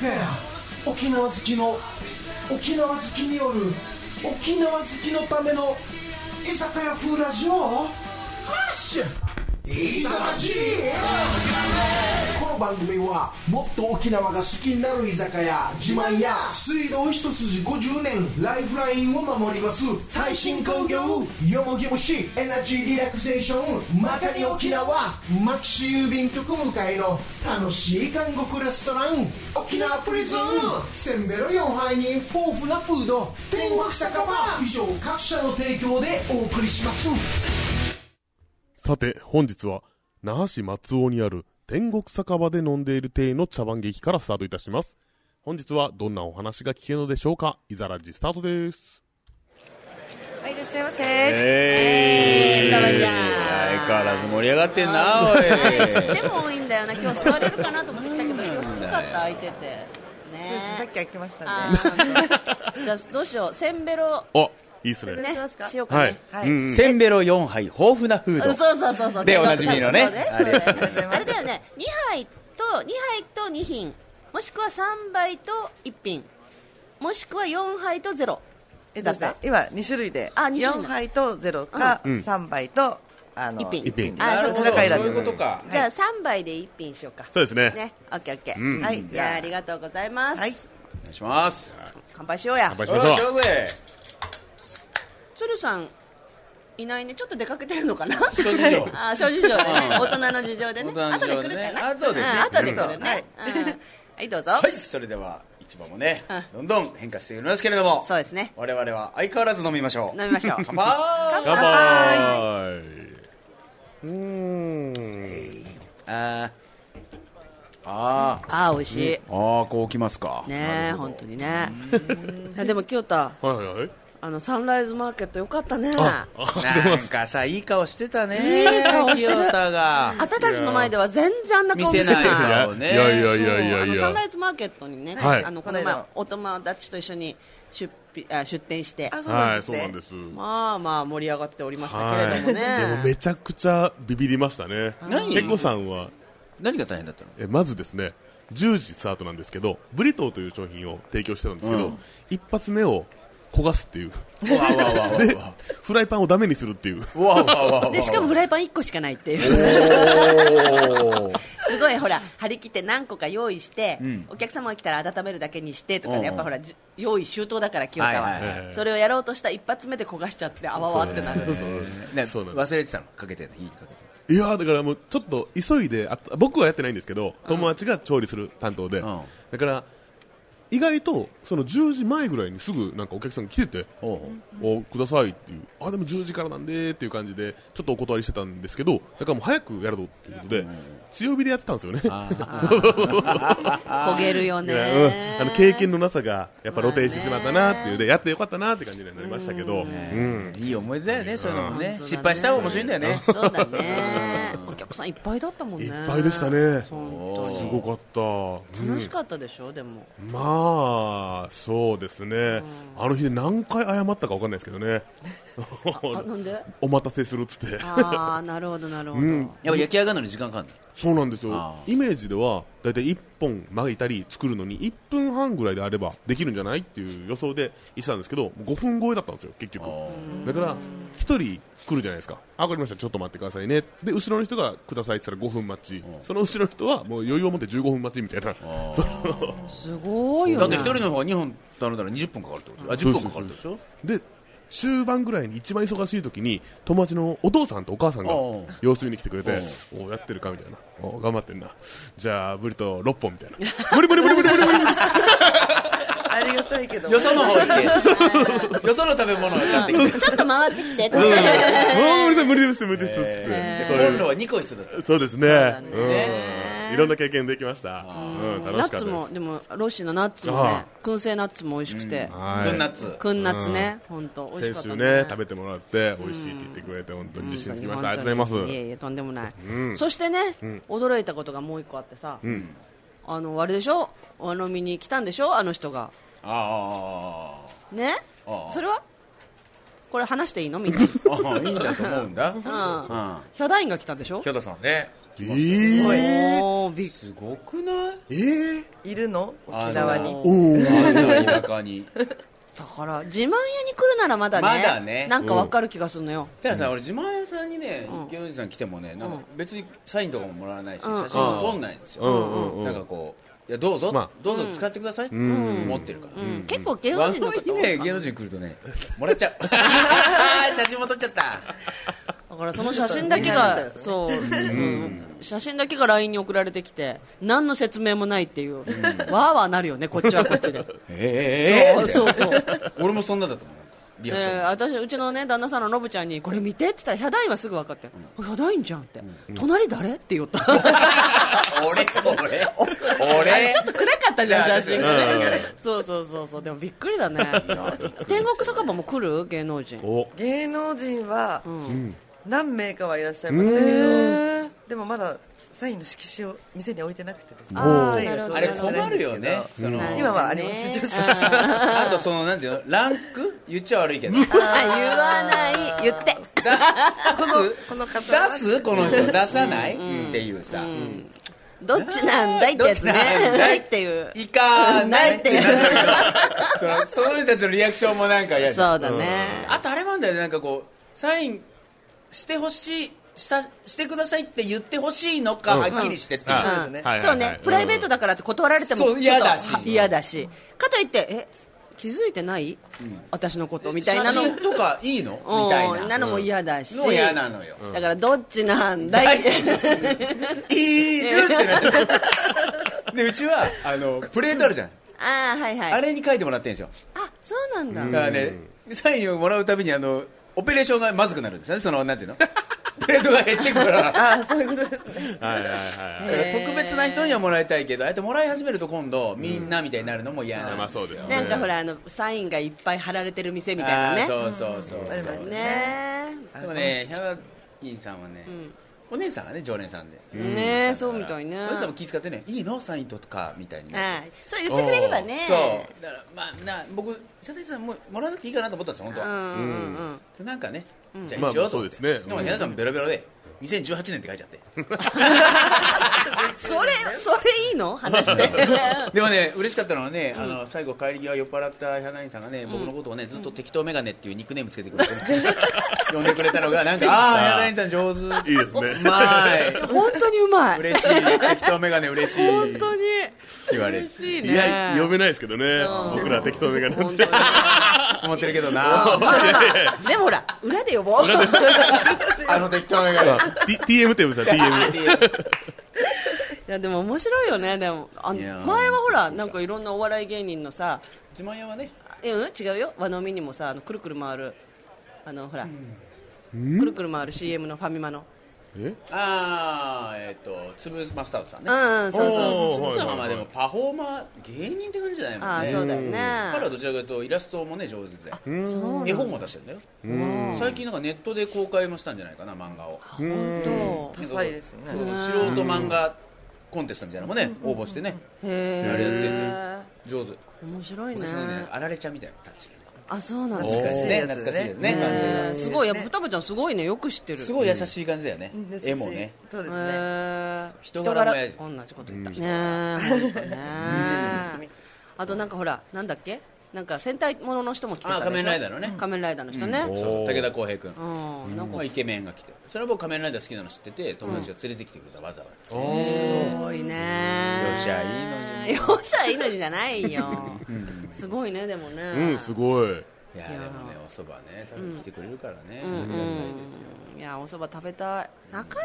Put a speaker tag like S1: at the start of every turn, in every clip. S1: いやいや沖縄好きの沖縄好きによる沖縄好きのための居酒屋風ラジオハッシュいざラジこの番組はもっと沖縄が好きになる居酒屋自慢や水道一筋50年ライフラインを守ります耐震工業よもぎ虫エナジーリラクゼーションまかに沖縄マキシ郵便局向かいの楽しい韓国レストラン沖縄プリズンせんべろ4杯に豊富なフード天国酒場以上各社の提供でお送りします
S2: さて、本日は、那覇市松尾にある天国酒場で飲んでいる亭の茶番劇からスタートいたします。本日はどんなお話が聞けるのでしょうかいざらじスタートです。
S3: はい、いらっしゃいませ。
S4: え
S3: えー
S4: い、た
S3: た
S4: ま
S3: ま
S4: ち
S3: ち
S4: ゃ
S3: ゃ
S4: ん
S3: ん
S4: 相変わらず盛り上がってんな、お
S5: 人
S4: い。
S5: も多いんだよな今日座れるかなと思って来たけど広かった空いてて
S3: そうですねさっ
S5: ね
S3: き開きました
S5: あ
S3: んで。
S5: ーじゃあどうしようせんべろ
S2: あ、いいっすね。
S5: ね
S3: しますか
S5: しようか
S2: は
S5: ね
S2: い。
S3: はい
S2: うんうん
S4: せんべろ4杯、豊富なフー
S5: そう
S4: ド。
S5: そうそうそう
S4: でおなじみのね
S5: そうだ
S4: ありがとうござい
S3: ます
S5: そうだあれだよね2杯と二杯と2品もしくは3杯と1品もしくは4杯と0
S3: えだって今二種類で、
S5: あ二種類
S3: 四杯とゼロか三杯とあの
S5: 一品
S2: 一品
S3: あ
S5: なる
S3: ど
S5: ほど
S3: ちらか選
S4: そういう
S3: ぶ。
S4: ことか。
S5: じゃあ3杯で1品しようか
S2: そうですね。
S5: ねオッケーオッケ
S2: う
S5: ー
S2: ん
S3: は
S5: はい
S3: い、
S5: じゃあありがとうございま
S3: はい
S5: す
S4: お願いします。
S5: 乾杯しようや
S2: 乾杯し
S4: よ
S2: ま
S4: っ
S2: しょ
S4: しゃぜ。
S5: 鶴さんいないねちょっと出かけてるのかな
S4: 諸事情
S5: あー諸事情でね
S4: うん
S5: 大人の事情でね
S4: 大
S5: 後
S4: 人の
S5: で
S4: 事情
S5: 来
S4: で
S5: る
S4: ね
S5: かな
S4: 後でね
S5: うん後で来る
S3: うんはい
S5: ねうんはいどうぞ
S4: う。はい、それでは市場もね、どんどん変化しているんですけれども、
S5: そうですね
S4: 我々は相変わらず飲みましょう。
S5: 飲みましょう
S4: 乾杯。
S2: 乾杯うーん。
S4: あーあー、
S5: ああ美味しい
S4: あーこうきますか。
S5: ねえ本当にねいやでも清田
S2: はいはいはい。
S5: あのサンライズマーケットよかったね
S2: あ、あ、
S4: なんかさ、いい顔してたね。
S5: いい顔してる
S4: 清田が。
S5: あたたちの前では全然あんな
S4: 見
S5: 顔見
S4: せ
S5: せな
S4: な
S5: い
S4: い顔ね。
S2: いやいやいやい
S5: そう
S2: や
S5: あ
S2: い
S5: のサンラ
S2: や
S5: イ。ズマーケットにね、
S2: はい
S5: あのこの
S3: この
S5: 前
S3: 間
S5: お友達と一緒に出品あ出店して
S3: あ、そうな
S2: はい、
S3: んです
S2: そうなん
S3: ね
S2: で。す。
S5: まあまあ盛り上がっておりましたけ
S2: は
S5: れ
S2: い。
S5: どもね、
S2: でもめちゃくちゃビビりましたね。
S4: 何
S2: ペコさんは、
S4: 何が大変だったの
S2: えまずですね10時スタートなんですけどブリトーという商品を提供してたんですけど、
S4: うん
S2: 一発目を焦がすっていう
S4: わわわわ
S2: でフライパンをダメにするっていう
S4: わわわわわわ
S5: でしかもフライパン1個しかないっていうすごいほら張り切って何個か用意して、
S4: ん
S5: お客様が来たら温めるだけにしてとか
S4: うんうん
S5: ねやっぱほらじゅ用意周到だから清田は,、
S4: はいはい
S2: はい
S5: それをやろうとした一発目で焦がしちゃってあわわってなる
S4: ね
S2: そうなんです
S4: 忘れてたのかけてない火にかけて
S2: いやーだからもうちょっと急いであ僕はやってないんですけど友達が調理する担当で、
S4: うん
S2: だから意外とその10時前ぐらいにすぐなんかお客さんが来てて
S4: おう
S2: おくださいっていうあでも10時からなんでっていう感じでちょっとお断りしてたんですけどだからもう早くやろうということで強火でやってたんですよね
S5: 焦げるよね
S2: いやうん、あの経験のなさがやっぱ露呈してしまったなっていうでやってよかったなって感じにはなりましたけど、うん
S4: いい思い出だよねそういうのもね
S5: 本当だね
S4: 失敗したら面白いんだよね
S5: そうだねお客さんいっぱいだったもんね
S2: いっぱいでしたねす
S5: 本当に
S2: ごかった、
S5: 楽しかったでしょ、でも
S2: うんまあそうですね、あの日で何回謝ったかわかんないですけどね
S5: あなんで
S2: お待たせするっつって
S5: ああなるほどなるほど、
S2: ん
S4: やっぱ焼き上がるのに時間かかる
S2: そうなんですよ
S4: あー
S2: イメージでは大体1本巻いたり作るのに1分半ぐらいであればできるんじゃないっていう予想でしてたんですけど5分超えだったんですよ結局
S4: の
S2: だから1人来るじゃないですかあ分かりましたちょっと待ってくださいねで後ろの人がくださいって言ったら5分待ちその後ろの人はもう余裕を持って15分待ちみたいなその
S5: すごいよ
S4: だっ
S5: ね
S4: て一人の方が2本頼んだら20分かかるってことあ10分かかるってことでしょ
S2: で終盤ぐらいに一番忙しい時に友達のお父さんとお母さんが
S4: おう
S2: 様子見に来てくれておうやってるかみたいなおう頑張ってんなじゃあブリトー6本みたいな無理無理無理無理無理無理
S3: ありがたいけど。
S4: よその方によその食べ物を買ってきて
S5: ちょっと回ってきて、
S2: もう無理だ無理です無理ですつって、
S4: じゃあコンロは2個必要だった
S2: そうですねうんいろんな経験できました、うん、楽
S5: ナ
S2: し
S5: ッ
S2: かった
S5: ツ
S2: で
S5: も
S2: す
S5: でもロッシーのナッツも
S2: あ
S5: ね燻製ナッツも美味しくて、
S2: はい
S4: クンナッツ
S5: くんナッツね、本当美味
S2: 先
S5: しかった
S2: 週ね食べてもらって美味しいって言ってくれて本当に自信つきました、ありがとうござい
S5: 本
S2: ま
S5: 当にい
S2: す
S5: えいえとんでもない、そしてね、驚いたことがもう一個あってさ、あのあれでしょあの見に来たんでしょあの人が
S4: あ
S5: ね
S4: ああ
S5: それはこ れ話していいのみんな
S4: ーあーいいんだと思うんだ
S5: ヒャダインが来たんでしょ
S4: 京都さんね
S2: え
S3: おい
S2: ー、
S3: おーびっ
S4: すごくない
S2: えー、
S3: いるの沖縄
S4: あ
S3: に
S4: の
S2: おー
S4: あんな田舎に
S5: だから自慢屋に来るならまだね
S4: まだね
S5: なんかわかる気がするのよ、
S4: たださ、俺自慢屋さんにね一軒おじさん来てもねなんか別にサインとかももらわないし、写真も撮んないんですよ、
S2: うんうんうん
S4: なんかこういやどうぞ、
S2: まあ
S4: どうぞ使ってください、って思ってるから、
S5: うん結構芸
S4: 番
S5: 能人の
S4: 組
S5: 方
S4: に
S5: 多
S4: ね
S5: いか
S4: 芸
S5: な
S4: 能人来ると ねもらっちゃうあ ー写真も撮っちゃった
S5: だからその写真だけがそうそう写真だけが LINE に送られてきて何の説明もないっていうわーわーなるよねこっちはこっちで
S4: ええ
S5: そうそうそう
S4: 俺もそんなだと思うなんかリアクション
S5: ね、私うちの、ね、旦那さんのノブちゃんにこれ見てって言ったらヒャダインはすぐ分かってヒャダインじゃんって、隣誰って言ったちょ
S4: 俺 俺俺
S5: っと暗かったじゃん
S4: いや
S5: 写真がねそうそうそうそうでもびっくりだね天国酒場も来る芸能人
S2: お
S3: 芸能人は何名かはいらっしゃいます
S5: へー
S3: でもまだサインの色紙を店に置いてなくてですね
S5: あー
S3: サインはちょうど
S4: あれ困るよねその
S5: うん
S3: 今はありま
S5: ね
S3: す女子写真は
S4: あとそのなんていうのランク言っちゃ悪いけど出
S5: あ言わない言って
S4: す
S3: この方は
S4: 出すこの人出さないっていうさ
S5: どっちなんだいってやつね
S4: どっち なんだい
S5: っていう
S4: 行かないってなる
S5: ない
S4: けど そのその人たちのリアクションもなんか嫌じゃん
S5: そうだね、
S4: あとあれもあんだよねなんかこうサインしてほしいしたしてくださいって言ってほしいのかはっきりしてっていう
S2: うん
S3: そうですね
S2: はい
S5: そうね、プライベートだからって断られても
S4: そう
S5: ちょっと
S4: 嫌だし
S5: は嫌だしかといってえ気づいてない、私のことみたいなの
S4: 写真とかいいのみたい
S5: うん
S4: な
S5: のも嫌だし、
S4: の嫌なのよ
S5: だからどっちなんだい、
S4: いるってなっちゃうでうちはあのプレートあるじゃん
S5: ああはいはい
S4: あれに書いてもらってるんですよ
S5: あそうなんだ、
S4: だからねサインをもらうたびにあのオペレーションがまずくなるんですよねそのなんてい うのプレートが減ってくから
S3: ああそういうことですね
S2: はいはいはい
S4: だから特別な人にはもらいたいけどああやってもらい始めると今度みんなみたいになるのも嫌
S2: はい
S4: な
S2: ま
S4: の
S2: あそうですね
S5: なんかほらあのサインがいっぱい貼られてる店みたいなね
S4: あーそうそうそう
S3: あります
S4: そう
S3: ね
S5: ね
S4: でもねヒャダインさんはねお姉さんがね常連さんで
S5: ねそうみたいね
S4: お姉さんも気遣ってねいいのサインとかみたいにね
S5: はいそう言ってくれればね
S4: そうだからまあな僕佐々木さんももらわなくていいかなと思ったんですよ
S5: う
S4: 本
S5: んうんうん
S4: 当なんかねじゃ
S2: ま
S4: あ
S2: あ
S4: 一応と思って
S2: そうですね
S4: でも
S2: うん
S4: 皆さんベロベロで2018年って書いちゃって
S5: それそれいいの話 して
S4: でもね嬉しかったのはねあの最後帰り際酔っ払ったヒャダインさんがね僕のことをねずっと適当メガネっていうニックネームつけてくれて呼んでくれたのがなんかああヒャダインさん上手
S2: いいですね
S4: うまい
S5: 本当にうまい
S4: 嬉しい適当メガネ嬉しい
S5: 本当に
S4: 言われて
S5: 嬉しい
S2: い
S5: ね
S2: や呼べないですけどね僕ら適当目がなって
S4: 思ってるけどな
S5: でもほら裏で呼ぼう
S4: あの適当メ ガネ
S2: T- TM って呼ぶさ TM
S5: いやでも面白いよねでもあの
S4: いやー
S5: 前はほらなんかいろんなお笑い芸人のさ
S4: 自慢屋はね
S5: えうん違うよ和飲みにもさあのくるくる回るあのほら、くるくる回る CM のファミマの
S4: ああえっ、とつぶマスタードさんね
S5: うんうんそうそう
S2: おー
S4: つぶさんはま
S2: は
S4: あ
S2: いはい
S4: で
S2: は
S4: も
S2: い
S4: パフォーマー芸人って感じじゃないもんね
S5: ああそうだよね
S4: 彼はどちらかというとイラストもね上手で
S5: そう
S4: 絵本も出してるんだよ最近なんかネットで公開もしたんじゃないかな漫画を
S5: 本
S3: 多彩ですよね
S4: そう素人漫画コンテストみたいなのもね応募してね
S5: 当へ
S4: あれやってるね
S5: え
S4: 上手
S5: 面白いね
S4: 昔のねあられちゃんみたいなタッチ
S5: あそうなんだ
S4: 懐かしいね
S3: おー
S4: 懐かしいですね
S5: へ
S4: 感じが
S5: ーすごいやっぱ双葉ちゃんすごいねよく知ってる
S4: すごい優しい感じだよね、
S3: うん
S4: 絵もね
S3: そうです
S5: へ
S3: ね
S5: ー
S4: 人柄もや
S5: 人同じこと言ったねえ本当ねあとなんかほらなんだっけなんか戦隊ものの人も来てたでしょ
S4: あ仮面ライダーのね
S5: 仮面ライダーの人ね
S2: お
S4: そう武田康平君
S5: うんなんか
S4: まあイケメンが来てそれは僕仮面ライダー好きなの知ってて友達が連れてきてくれたわざわざ、
S5: すごいね
S4: よっしゃいいのに
S5: よっしゃいいのにじゃないよすごいねでもね
S2: うんすごい
S4: いやでもねおそばね食べに来てくれるからね、あり
S5: うんいやおそば食べたいなかなか行か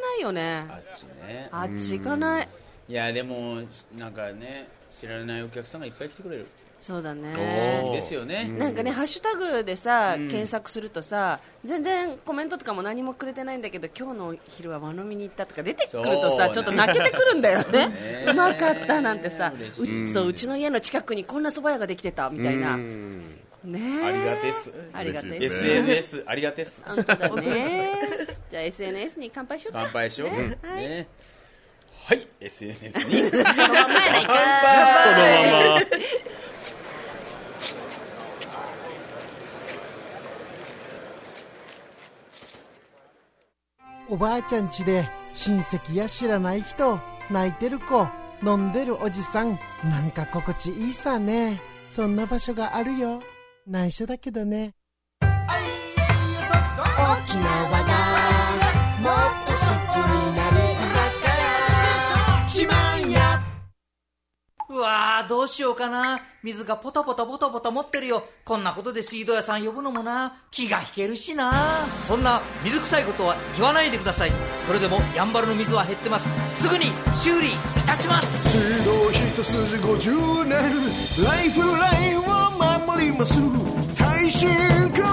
S5: ないよね
S4: がたいですよあっちね
S5: あっち行かない
S4: いやでもなんかね知らないお客さんがいっぱい来てくれる
S5: そうだね
S2: おー
S4: いいですよね、
S5: なんかね、ハッシュタグでさ、検索するとさ、全然コメントとかも何もくれてないんだけど、今日のお昼は和飲みに行ったとか出てくると
S4: そうな
S5: さ、
S4: ん
S5: ちょっと泣けてくるんだよね。うまかったなんてさ、
S4: 嬉し
S5: うそううちの家の近くにこんな蕎麦屋ができてたみたいな。
S2: う
S5: ね
S2: ん
S5: え
S4: ありがてえっす
S5: ありがてえっす
S2: 嬉しいで
S4: SNS ありがてっす
S5: 本当だね。じゃあ SNS に乾杯しようか。
S4: 乾杯しよう、
S5: ねはい
S4: ねはい SNS に
S5: そのままやないか。
S2: そのまま
S1: おばあちゃん家で親戚や知らない人泣いてる子飲んでるおじさんなんか心地いいさねそんな場所があるよ内緒だけどね沖縄だもっと好きになれ居酒屋自慢や
S6: うわーどうしようかな。水がポタポタポタポタ持ってるよ。こんなことで水道屋さん呼ぶのもな。気が引けるしな。そんな水臭いことは言わないでください。それでもやんばるの水は減ってます。すぐに修理いたします。
S7: 水道一筋50年ライフラインを守ります耐震工業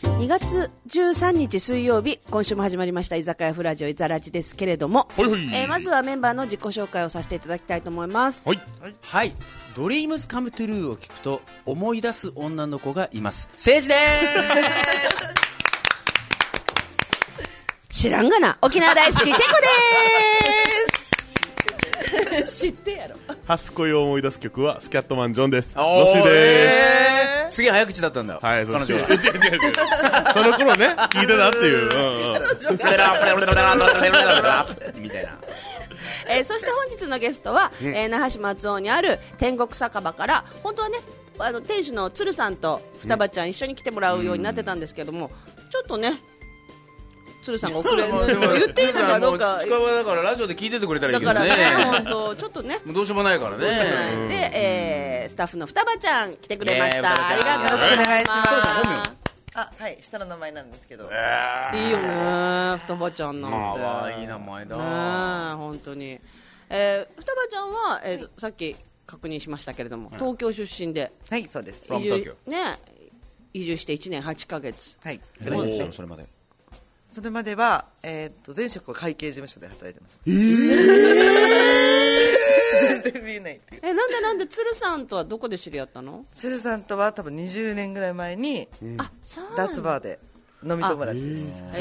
S5: 2月13日水曜日今週も始まりました居酒屋フラジオいざらじですけれども、
S2: ほいほい
S5: えーまずはメンバーの自己紹介をさせていただきたいと思います、
S2: はい
S4: はい「ドリームズカムトゥルーを聞くと思い出す女の子がいます政治で
S5: 知らんがな沖縄 大好きチェコです 知ってやろ
S2: 初恋を思い出す曲はスキャットマンジョンです
S4: す
S2: ロシーです
S4: すげえ早口だったんだ
S2: はい、そう
S4: 彼女は
S2: 違う違う違うその頃ね、聞いてたっていう。うんうん
S4: みたいな
S5: えーそして本日のゲストは、えー那覇市松尾にある天国酒場から本当はねあの店主の鶴さんと双葉ちゃん一緒に来てもらうようになってたんですけども、ちょっとね鶴さんが遅れるの言っていいのかどうか
S4: 近場だからラジオで聞いててくれたら
S5: だ
S4: いいけ
S5: か
S4: ど
S5: らね本
S4: ね
S5: 当ちょっとね
S4: もうどうしようもないからね
S5: で、えースタッフの双葉ちゃん来てくれまし
S4: イエーイ
S5: たありがとうござい
S3: よろしくお願いします
S5: ま
S3: あはい下の名前なんですけど
S5: すいいよね双葉ちゃんなんて
S4: かわいい名前だ
S5: ねえ本当に、えー、双葉ちゃんは、えーとさっき確認しましたけれども、東京出身で
S3: はいそうです
S4: フラ
S3: は
S4: ム
S5: 移
S4: 東
S5: 住
S4: 京,、
S5: ね、移住して1年8か月
S3: い
S4: 何してたのそれまで
S3: それまでは、えーっと前職は会計事務所で働いてましたええ全然見えないっていう
S5: えなんでなんで鶴さんとはどこで知り合ったの、
S3: 鶴さんとは多分20年ぐらい前に
S5: あそうなんだ
S3: 脱バーで飲み友達です、
S5: え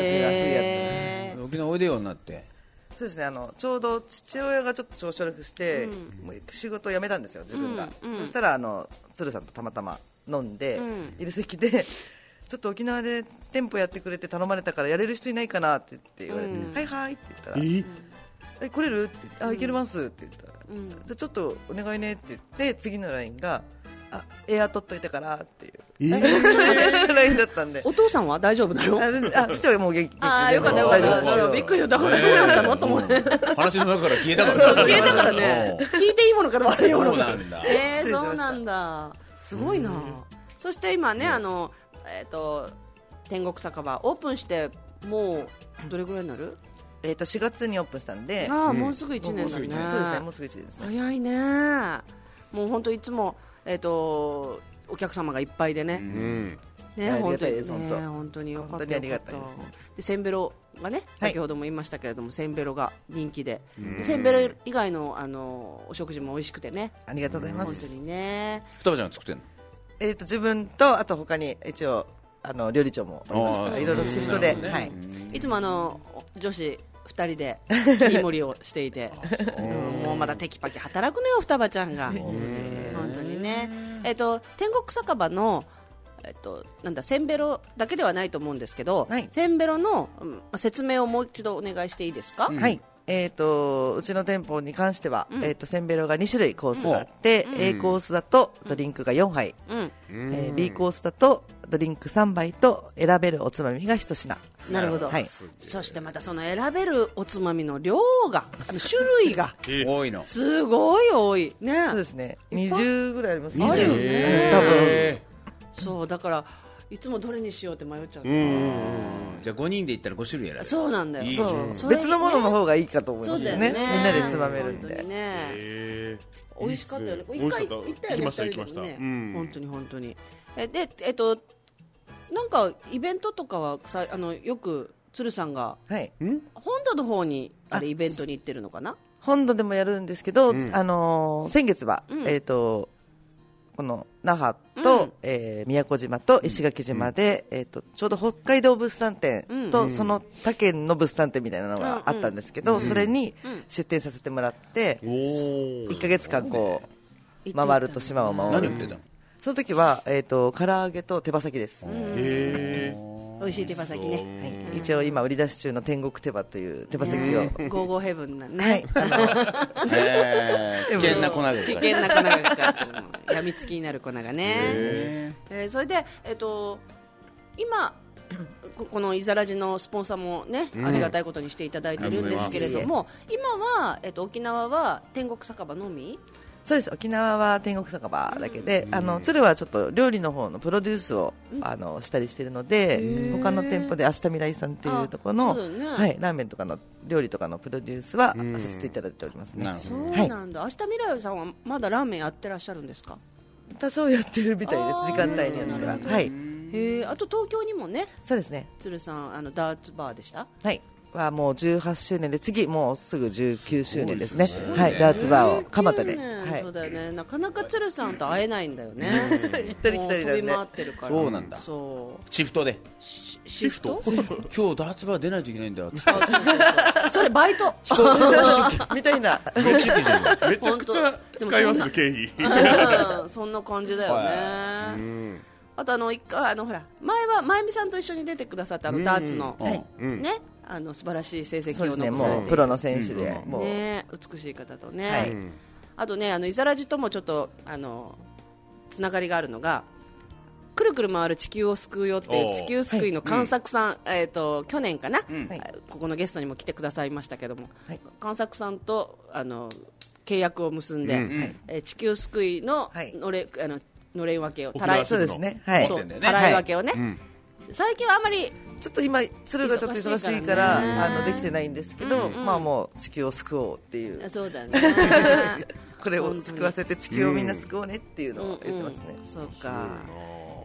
S5: ー
S4: 沖縄おいでよになって
S3: そうですねあのちょうど父親がちょっと調子悪くして、もう仕事を辞めたんですよ自分が、
S5: うんうん
S3: そしたらあの鶴さんとたまたま飲んで、
S5: うん
S3: いる席でちょっと沖縄で店舗やってくれて頼まれたからやれる人いないかなって言って言われて、
S5: うん
S3: はいはいって言ったら、
S2: え
S3: え来れるって言ってあ行けますって言ったら、
S5: うん
S3: じゃあちょっとお願いねって言って次の LINE があエア取っといたからっていう、LINE だったんで
S5: お父さんは大丈夫なの
S3: あ全然あ父はもう元気
S5: ああ
S3: 元
S5: よ
S3: 気
S5: かったよかっただからびっくりよだからどうなったのと思 って
S4: 話の中から消えたから
S5: 消えたからね聞いていいものから悪いものから
S4: そうなん だ
S5: え
S3: 失
S5: ー、
S3: 礼しました
S5: そうなんだすごいなそして今ねあのえっ、と天国酒場オープンしてもうどれぐらいになる
S3: えっと4月にオープンしたんで
S5: ああもうすぐ1
S3: もう
S5: 年
S3: す
S5: だ
S3: ぐ
S5: ね
S3: 一年そうですねもうすぐ1年ですね
S5: 早いねもう本当いつもえっ、とお客様がいっぱいでね、
S2: うん。
S5: ね
S3: あり
S5: 本
S3: が
S5: 当
S3: たい
S5: に
S3: です
S5: ね
S3: 本当
S5: 本当によかった
S3: 本当にありがたい
S5: よ
S3: で
S5: か
S3: す
S5: ったでセンベロがね
S3: はい
S5: 先ほども言いましたけれども、センベロが人気ででセンベロ以外のあのお食事も美味しくてね
S3: ありがとうございま
S5: 本
S3: す
S5: 当にね
S4: 双葉ちゃんが作ってんの
S3: えっと自分とあと他に一応あの料理長もおりますか
S4: あ
S3: ら
S4: ー
S3: いろいろシフトで、
S4: そうなんだ
S3: はい
S5: いつもあの女子2人 で切り盛りをしていてうんもうまだテキパキ働くのよ双葉ちゃんが本当にねえっと天国酒場のえっと、なんだせんべろだけではないと思うんですけど、
S3: はい
S5: せんべろの、うん説明をもう一度お願いしていいですか、
S3: はい。えー、とうちの店舗に関しては、
S5: ん
S3: えー、とせんべろが2種類コースがあって、A コースだとドリンクが4杯、
S5: うん、
S3: えー B コースだとドリンク3杯と選べるおつまみが1品
S5: なるほど、
S3: はい
S5: そしてまたその選べるおつまみの量があの種類が
S4: 多いの
S5: すごい多いね
S3: そうですね20ぐらいあります
S5: あるよね
S4: え
S5: そうだからいつもどれにしようって迷っちゃう、
S4: じゃあ5人で行ったら5種類やら
S5: そうなんだよ
S4: いい
S3: 多
S4: じゃん
S3: 分
S5: そ
S3: そ
S5: そ
S3: うう
S5: れ
S3: 別のものの方がいいかと思い
S5: そ
S3: ま
S5: う
S3: す
S5: だ
S3: よ
S5: よ
S3: ね
S5: ね
S3: みんなでつまめるん
S5: 本当に
S3: で、
S5: ね
S2: え
S5: 美味しかったよね
S2: いいっすね
S5: 一回
S2: 美味しかった
S5: 行ったよね
S2: 行きました
S5: 二
S2: 行きました
S5: 人でね
S2: うん
S5: 本当に本当にえでえっとなんかイベントとかはさあのよく鶴さんが
S3: はい
S5: 本土の方にあれ
S3: あ
S5: イベントに行ってるのかな
S3: 本土でもやるんですけど、
S2: うん
S3: あのー先月は、
S5: うん
S3: えっ、とこの那覇と、
S5: うん
S3: えー宮古島と石垣島で、えっ、とちょうど北海道物産展と、その他県の物産展みたいなのがあったんですけど、それに出展させてもらって、
S2: おー
S3: 1か月間こう
S5: ね
S3: 回ると島を回
S4: 何を
S3: る
S4: 売ってたの
S3: その時は、えー、と唐揚げと手羽先です、
S2: へー
S5: 美味しい手羽先ね
S3: はい一応今売り出し中の天国手羽という手羽先を、
S5: ゴーゴーヘブンなね、
S3: はいあ の
S4: えー危険な粉が
S5: 危険な粉が使ってるのやみつきになる粉がね、えーそれで、えっと今ここのイザラジのスポンサーもね、ありがたいことにしていただいてるんですけれども今は、えっと沖縄は天国酒場のみ
S3: そうです沖縄は天国酒場だけで、あの鶴はちょっと料理の方のプロデュースを、あのしたりしてるので他の店舗で明日未来さんっていうところ
S5: あ
S3: の、
S5: そうだよね
S3: はい、ラーメンとかの料理とかのプロデュースはさせていただいておりますね、
S4: なるほ
S5: そ
S4: ど
S5: うなんだ、明日未来さんはまだラーメンやってらっしゃるんですか
S3: 多少やってるみたいです時間帯によっては、はい、
S5: へえあと東京にもね
S3: そうですね
S5: 鶴さんあのダーツバーでした
S3: はい、はもう18周年で次もうすぐ19周年ですね。はい、ダーツバーを蒲田で、
S5: 19年
S3: は
S5: そう
S3: い、
S5: だよねなかなか鶴さんと会えないんだよね
S3: 行ったり来たりだ
S5: もう飛
S3: ね
S5: び回ってるから
S4: そうなんだ
S5: そう
S4: シフトで
S5: シシフト
S4: 今日ダーツバー出ないといけないんだ つって
S5: あそうそうそう それバイト
S3: みたいな。
S4: ローチップじゃん
S2: めちゃくちゃ使いますね経費
S5: うんそんな感じだよ
S4: は
S5: ねあとあの一回あのほら前はまゆみさんと一緒に出てくださったあのダーツの
S4: はい
S5: ねあの素晴らしい成績
S3: そうで
S5: を
S3: すね、
S5: 残され
S3: も
S5: て
S3: う
S5: い
S3: プロ
S5: る
S3: の選手で、もう、
S5: ね美しい方とね、
S3: はい
S5: あとねあのイザラジともちょっとあのつながりがあるのがくるくる回る地球を救うよっていう
S2: おー
S5: 地球救いの観作さん、えっ、と去年かな、
S4: ん
S3: はい
S5: ここのゲストにも来てくださいましたけども、
S3: はい
S5: 観作さんとあの契約を結んで、
S4: ん
S5: えー地球救いの
S3: はい
S5: のれ、あののれん分けを
S2: 沖
S5: たら
S2: 縄
S5: い
S2: 支
S5: そ
S3: そう
S5: う
S2: 部
S3: で
S2: の
S3: すね、はい、ち
S4: 持
S3: ょ
S4: って
S3: っ
S4: んだよね
S5: たらい分けをね、
S2: ん
S5: 最近はあんまり
S3: と今鶴がちょっと忙し
S5: 忙しい
S3: いから、
S5: からね
S3: あのできてないんですけど、まあもう地球を救おうっていう。
S5: そうだね
S3: これ
S5: 本当
S3: を
S5: に
S3: 救わせて地球をみんな救おうねっていうのを言ってますね。
S5: うんうんそうか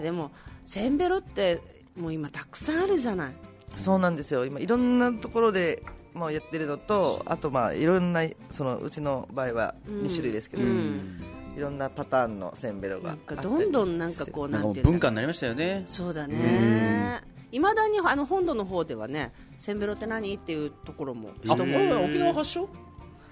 S5: でもせんべろってもう今たくさんあるじゃない
S3: そうなんですよ今いろんなところで、まあ、やってるのとあとまあいろんなそのうちの場合は2種類ですけど、いろんなパターンのせんべろ
S5: な
S3: があっ
S5: ん
S3: た
S5: か
S3: り
S5: どんどんなんかこうなん
S4: な
S5: ん
S4: かもう
S5: ていうん
S4: 文化
S5: だ
S4: になりましたよね
S5: そうだねいまだにあの本土の方ではねせんべろって何っていうところも
S4: あこれ沖縄発祥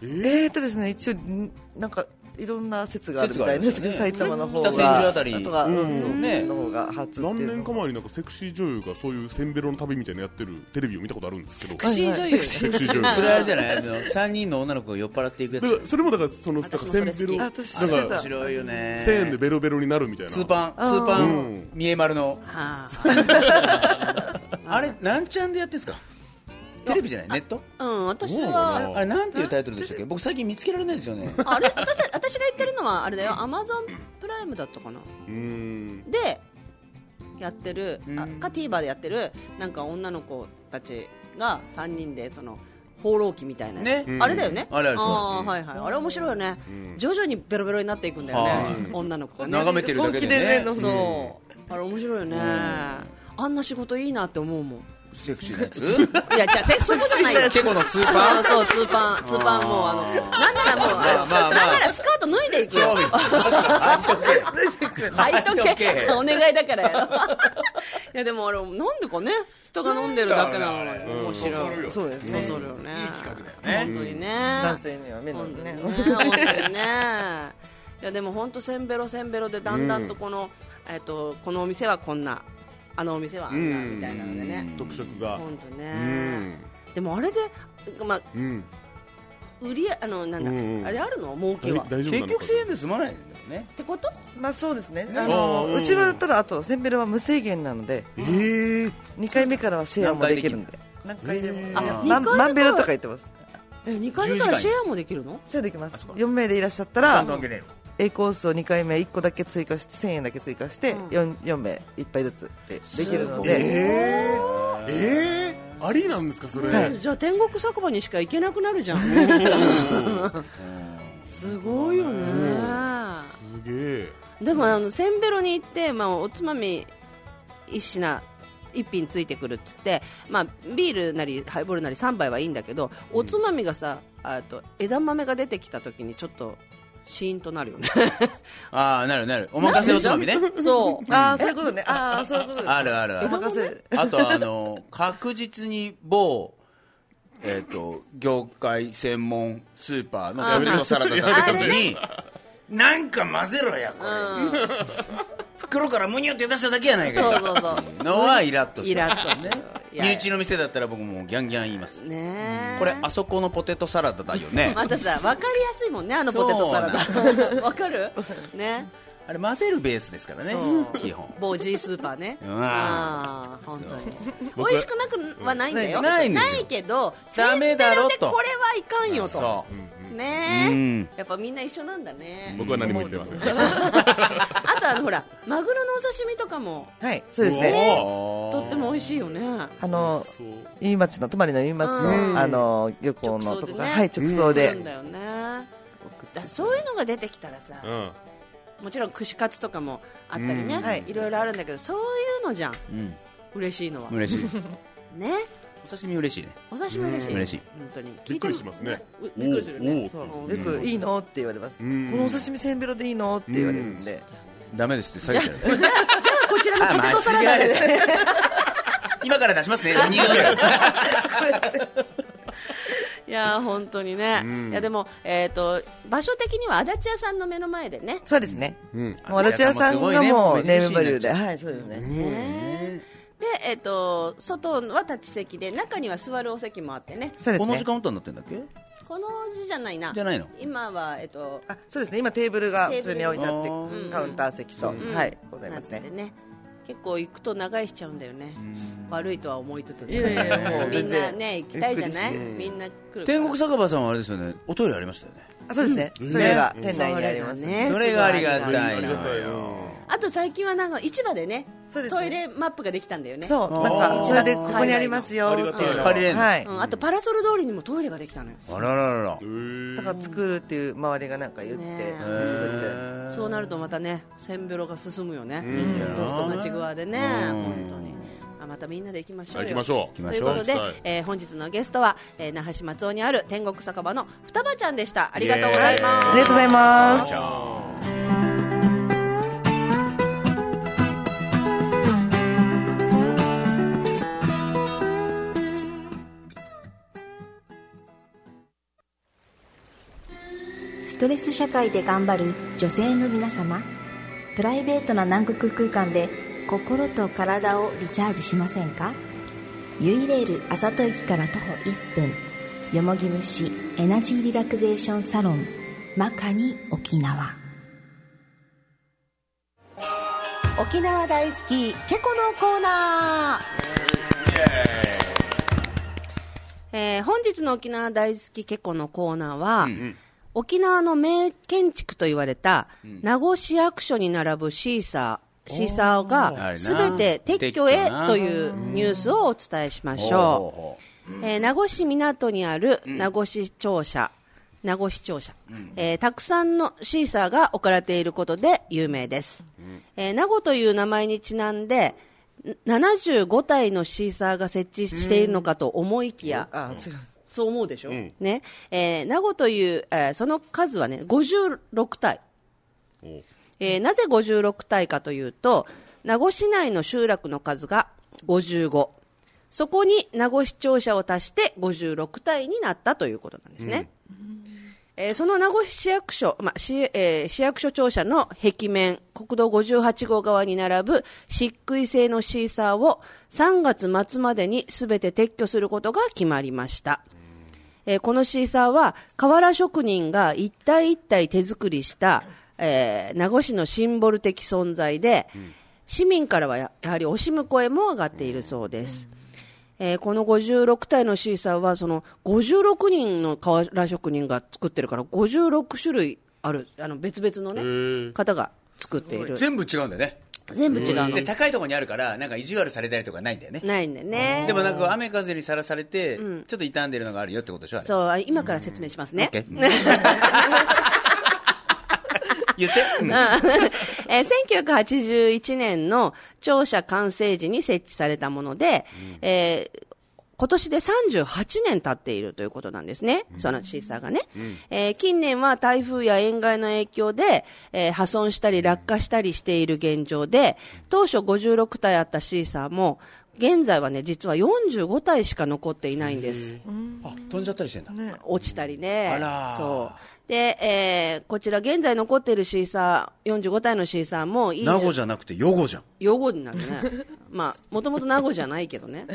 S3: えーとですね一応んなんかいろんな説があるみたいなんですけど、
S4: 説が
S3: 埼
S4: ある
S3: 玉
S4: ね
S3: の方
S4: 北千住
S3: が
S4: あたり
S3: とは、うん
S4: うん
S3: そう
S4: ね
S3: の方が初って
S2: 何
S3: いう
S2: 年
S3: の
S2: か前になんかセクシー女優がそういうせんべろの旅みたいなのやってるテレビを見たことあるんですけど
S5: クシー女優
S2: セクシー女優
S4: それあれじゃないあの3人の女の子が酔っ払っていくや
S2: だから
S4: つ
S2: それもだからそのだから
S5: 私も
S2: せ
S5: そ
S2: ん
S5: れ
S2: べ
S5: 好
S2: ろ
S5: き
S2: な
S3: あ
S2: んか
S3: 私知ってた
S4: 面白いよね
S2: 1000円でベロベロになるみたいな
S4: スーパン
S3: あー
S4: スーパ
S2: う
S4: ン
S2: ん
S4: 三重丸の
S5: ああ
S4: あれなんちゃんでやってんすかテレビじゃないネット
S5: うん私
S2: そう
S5: は
S2: なの
S4: あれなんていうタイトルでしたっけ僕最近見つけられないんです よね
S5: あれ私私が言ってるのはあれだよアマゾンプライムだったかな
S2: うーん
S5: でやってる、あか TVer でやってるなんか女の子たちが3人でその放浪記みたいなやつ、
S4: ね
S5: あれだよね
S4: うんあれあれ
S5: あーはいはいあれ面白いよね、徐々にベロベロになっていくんだよね女の子がね
S4: 眺めてるだけで
S3: 本気でね
S4: ね
S3: の
S5: そうあれ面白いよね、あんな仕事いいなって思うもん
S4: セクシーなやつ
S5: いやじゃあせそこじゃないよ
S4: 結構のツー
S5: あ
S4: パ
S5: ー
S4: ン
S5: そうツーパンツーパンもうあのなんならもうあの、
S4: まあま
S5: な
S4: あ
S5: んならスカート脱いでいくよ
S4: 興味あっとけ
S5: はいと
S4: はいと
S5: け
S4: け
S5: お願いだからやろ いやでもあれなんでかね人が飲んでるだけなのに面白い
S3: そうです
S5: そう
S3: ね
S5: そうだよねいい企
S4: 画だよ
S5: 本
S4: ね
S5: 当にね
S3: 男性には目の
S5: 本当にね
S3: ね
S5: 本当にねいやでも本当せんべろせんべろでだんだんとこの、えっとこのお店はこんなあのお店はあんなみたいなのでね
S2: 特色が
S5: 本当
S2: う
S5: ね
S2: ん
S5: でもあれでまあ
S2: うん
S5: 売りあのなんだ、
S2: うんうん
S5: あれあるの儲け
S2: 大
S5: はっ
S2: 大丈夫な
S4: 結
S2: のか
S4: 局1000円で済まないんだよね
S5: てこと
S3: まあそうですねあ
S2: あー
S3: の
S2: うん
S3: うちはだったらあとせんべろは無制限なので
S2: えー
S3: 2回目からはシェアもできるんで何回でも
S2: え
S3: い
S2: ー
S3: や
S5: あ
S3: ま
S5: 二回目から
S3: まんべろとか言ってます
S5: え二回目からシェアもできるの
S3: シェアできます4名でいらっしゃったら
S4: 関係ねえの
S3: A コースを2回目1個だけ追加して1000円だけ追加して 4, 4名1杯ずつでできるので
S2: えーえーありなんですかそれ
S5: じゃあ天国酒場にしか行けなくなるじゃんすごいよね
S2: すげえ
S5: でもあのせんべろに行って、まあ、おつまみ一品一品ついてくるっつって、まあ、ビールなりハイボールなり3杯はいいんだけどおつまみがさ、あと枝豆が出てきた時にちょっとシーンとなるよね
S4: ああなるなるお任せおつまみね
S5: そう
S3: ああそういうことねああそういうことです
S4: あるあるあ
S3: お
S4: る
S3: 任せ
S4: あとあの確実に某えっ、と業界専門スーパーの
S5: あー
S4: ポテトサラダ食べた時
S5: あれ
S4: になんか混ぜろやこれ、 袋からむにゅって出しただけやない か
S5: そう
S4: い
S5: そうそう
S4: のはイラッとし
S5: イ
S4: た
S5: ラッとするいや
S4: 身内の店だったら僕もうギャンギャン言います
S5: ねえ
S4: これあそこのポテトサラダだよね
S5: またさ分かりやすいもんねあのポテトサラダ 分かるね
S4: あれ混ぜるベースですからね
S5: そう
S4: 基本
S5: 某 G スーパーね
S4: う
S5: あ
S4: わ
S5: あ本当に
S2: 僕
S5: 美味しくなくはないんだよ
S4: ないんですよ
S5: けど
S4: ダメだろと
S5: せんべろでこれはいかんよと
S4: そ
S5: ね
S4: う
S5: え
S4: ん
S5: やっぱみんな一緒なんだね
S2: 僕は何も言ってません
S5: あとあのほらマグロのお刺身とかも
S3: はいそうですね
S2: おー
S5: とっても美味しいよね
S3: あの飯町の泊まりの飯町
S5: うん
S3: のあの漁港のとこ
S5: 直送で
S3: が、
S5: ね
S3: はい直送
S5: な
S3: で
S5: んだよねだそういうのが出てきたらさ
S2: うん
S5: もちろん串カツとかもあったりね、
S4: うん
S3: はい
S5: いろいろあるんだけどそういうのじゃん
S4: うん
S5: 嬉しいのは
S4: 嬉 しい
S5: ね
S4: お刺身嬉しいね
S5: お刺身嬉しい、
S4: うん嬉しい
S5: 本当に
S2: びっくりしますね
S5: 聞いてもうびっくりするね
S2: おー
S5: そ
S2: お
S5: う
S3: よく「いいの?」って言われます「
S2: う
S3: こ
S2: ん
S3: のお刺身せんべろでいいの?」って言われるんで
S4: ダメですって下げてる
S5: じゃあこちらのポテトサラダで
S4: あ間違えた 今から出しますね2秒ぐらい
S5: いやー本当にね、
S2: うん
S5: いやでも、えー、と場所的には足立屋さんの目の前でね
S3: そうですね
S2: うん
S3: もう足立屋さんがもうネームバリューで
S4: ね
S3: はいそうですね
S5: ねで、えー、と外は立ち席で中には座るお席もあってね
S3: そうです
S4: この時
S3: ね
S4: 間音になってんだっけ
S5: この字じゃないな
S4: じゃないの
S5: 今は、えー、と
S3: あそうですね今テーブルが普通に置いてあって
S4: テーブ
S5: ル
S3: カウンター席と
S5: ん
S3: はいございます
S5: なん
S3: ね
S5: でね結構行くと長居しちゃうんだよね悪いとは思いつつ
S3: いやいやいやもう
S5: みん
S3: 全
S5: な
S3: 然
S5: ね行きたいじゃない
S3: ゆっくり
S5: みんな来るから
S4: 天国酒場さんはあれですよねおトイレありましたよね
S3: あそうですねそれが店内にあります
S5: ね
S4: それがありが
S5: すごいあ
S4: たいの
S2: ありがたいな
S4: よ
S5: あと最近はなんか市場でね
S3: そうですね
S5: トイレマップができたんだよね、
S3: そうなんかそれでここにありますよっていうのを
S4: ありがたい
S3: はいう
S5: ん、あとパラソル通りにもトイレができたのよ、
S4: あらららら
S3: だから作るっていう周りがなんか言って
S5: ねえ
S3: 作って
S5: そうなるとまたねせんべろが進むよね、
S4: ん
S5: うん、友達側でね、
S4: うん
S5: 本当にあまたみんなで行きましょうよ
S2: 行きましょう
S4: 行きま
S5: とい
S4: し
S5: う
S4: ょ
S5: こ
S4: う
S5: とで
S2: 行きたい、
S5: えー本日のゲストは、えー那覇市松尾にある天国酒場の双葉ちゃんでしたありがとうございます
S3: ありがとうございます
S8: ストレス社会で頑張る女性の皆様プライベートな南国空間で心と体をリチャージしませんかユイレールあさと駅から徒歩1分よもぎ虫エナジーリラクゼーションサロンマカニ沖縄
S9: 沖縄大好きケコのコーナー
S5: えー本日の沖縄大好きケコのコーナーは、沖縄の名建築と言われた、名護市役所に並ぶシーサー、シーサー
S4: あ
S5: が
S4: れな
S5: すべて撤去へ
S4: 撤去な
S5: というニュースをお伝えしましょ
S4: ほ
S5: う。えー名護市港にある名護市庁舎、名護市庁舎、えーたくさんのシーサーが置かれていることで有名です。えー名護という名前にちなんで、75体のシーサーが設置しているのかと思いきや、
S3: あ違う
S5: そう思うでしょ、ねえー名護という、えーその数はね、56体、
S2: お
S5: えーなぜ56体かというと、名護市内の集落の数が55、そこに名護市庁舎を足して56体になったということなんですね。えーその名護市役所、まあ市えー市役所庁舎の壁面、国道58号側に並ぶ漆喰製のシーサーを3月末までにすべて撤去することが決まりました。えーこのシーサーは瓦職人が一体一体手作りした、えー名護市のシンボル的存在で、市民からはややはり惜しむ声も上がっているそうです。えーこの56体のシーサーはその56人の瓦職人が作ってるから56種類あるあの別々の、ね、方が作っていうる
S4: 全部違うんだよね
S5: 全部違うの
S4: で高いところにあるからなんか意地悪されたりとかないんだよね
S5: ないんだよね
S4: でもなんか雨風にさらされてちょっと傷んでるのがあるよってことでしょあれ
S5: そうあ今から説明しますね、
S4: OK うん言ってう ん
S5: えー1981年の庁舎完成時に設置されたもので、えー今年で38年経っているということなんですね、そのシーサーがね、えー近年は台風や塩害の影響で、えー破損したり落下したりしている現状で、当初56体あったシーサーも、現在はね、実は45体しか残っていないんです。
S4: あ飛んじゃったりしてんだ、
S5: 落ちたりね、
S4: あら
S5: そうで、えーこちら現在残っているシーサー45体のシーサーもいい
S4: 名護じゃなくて予護じゃん
S5: 用語になる ねまあもともと名護じゃないけどね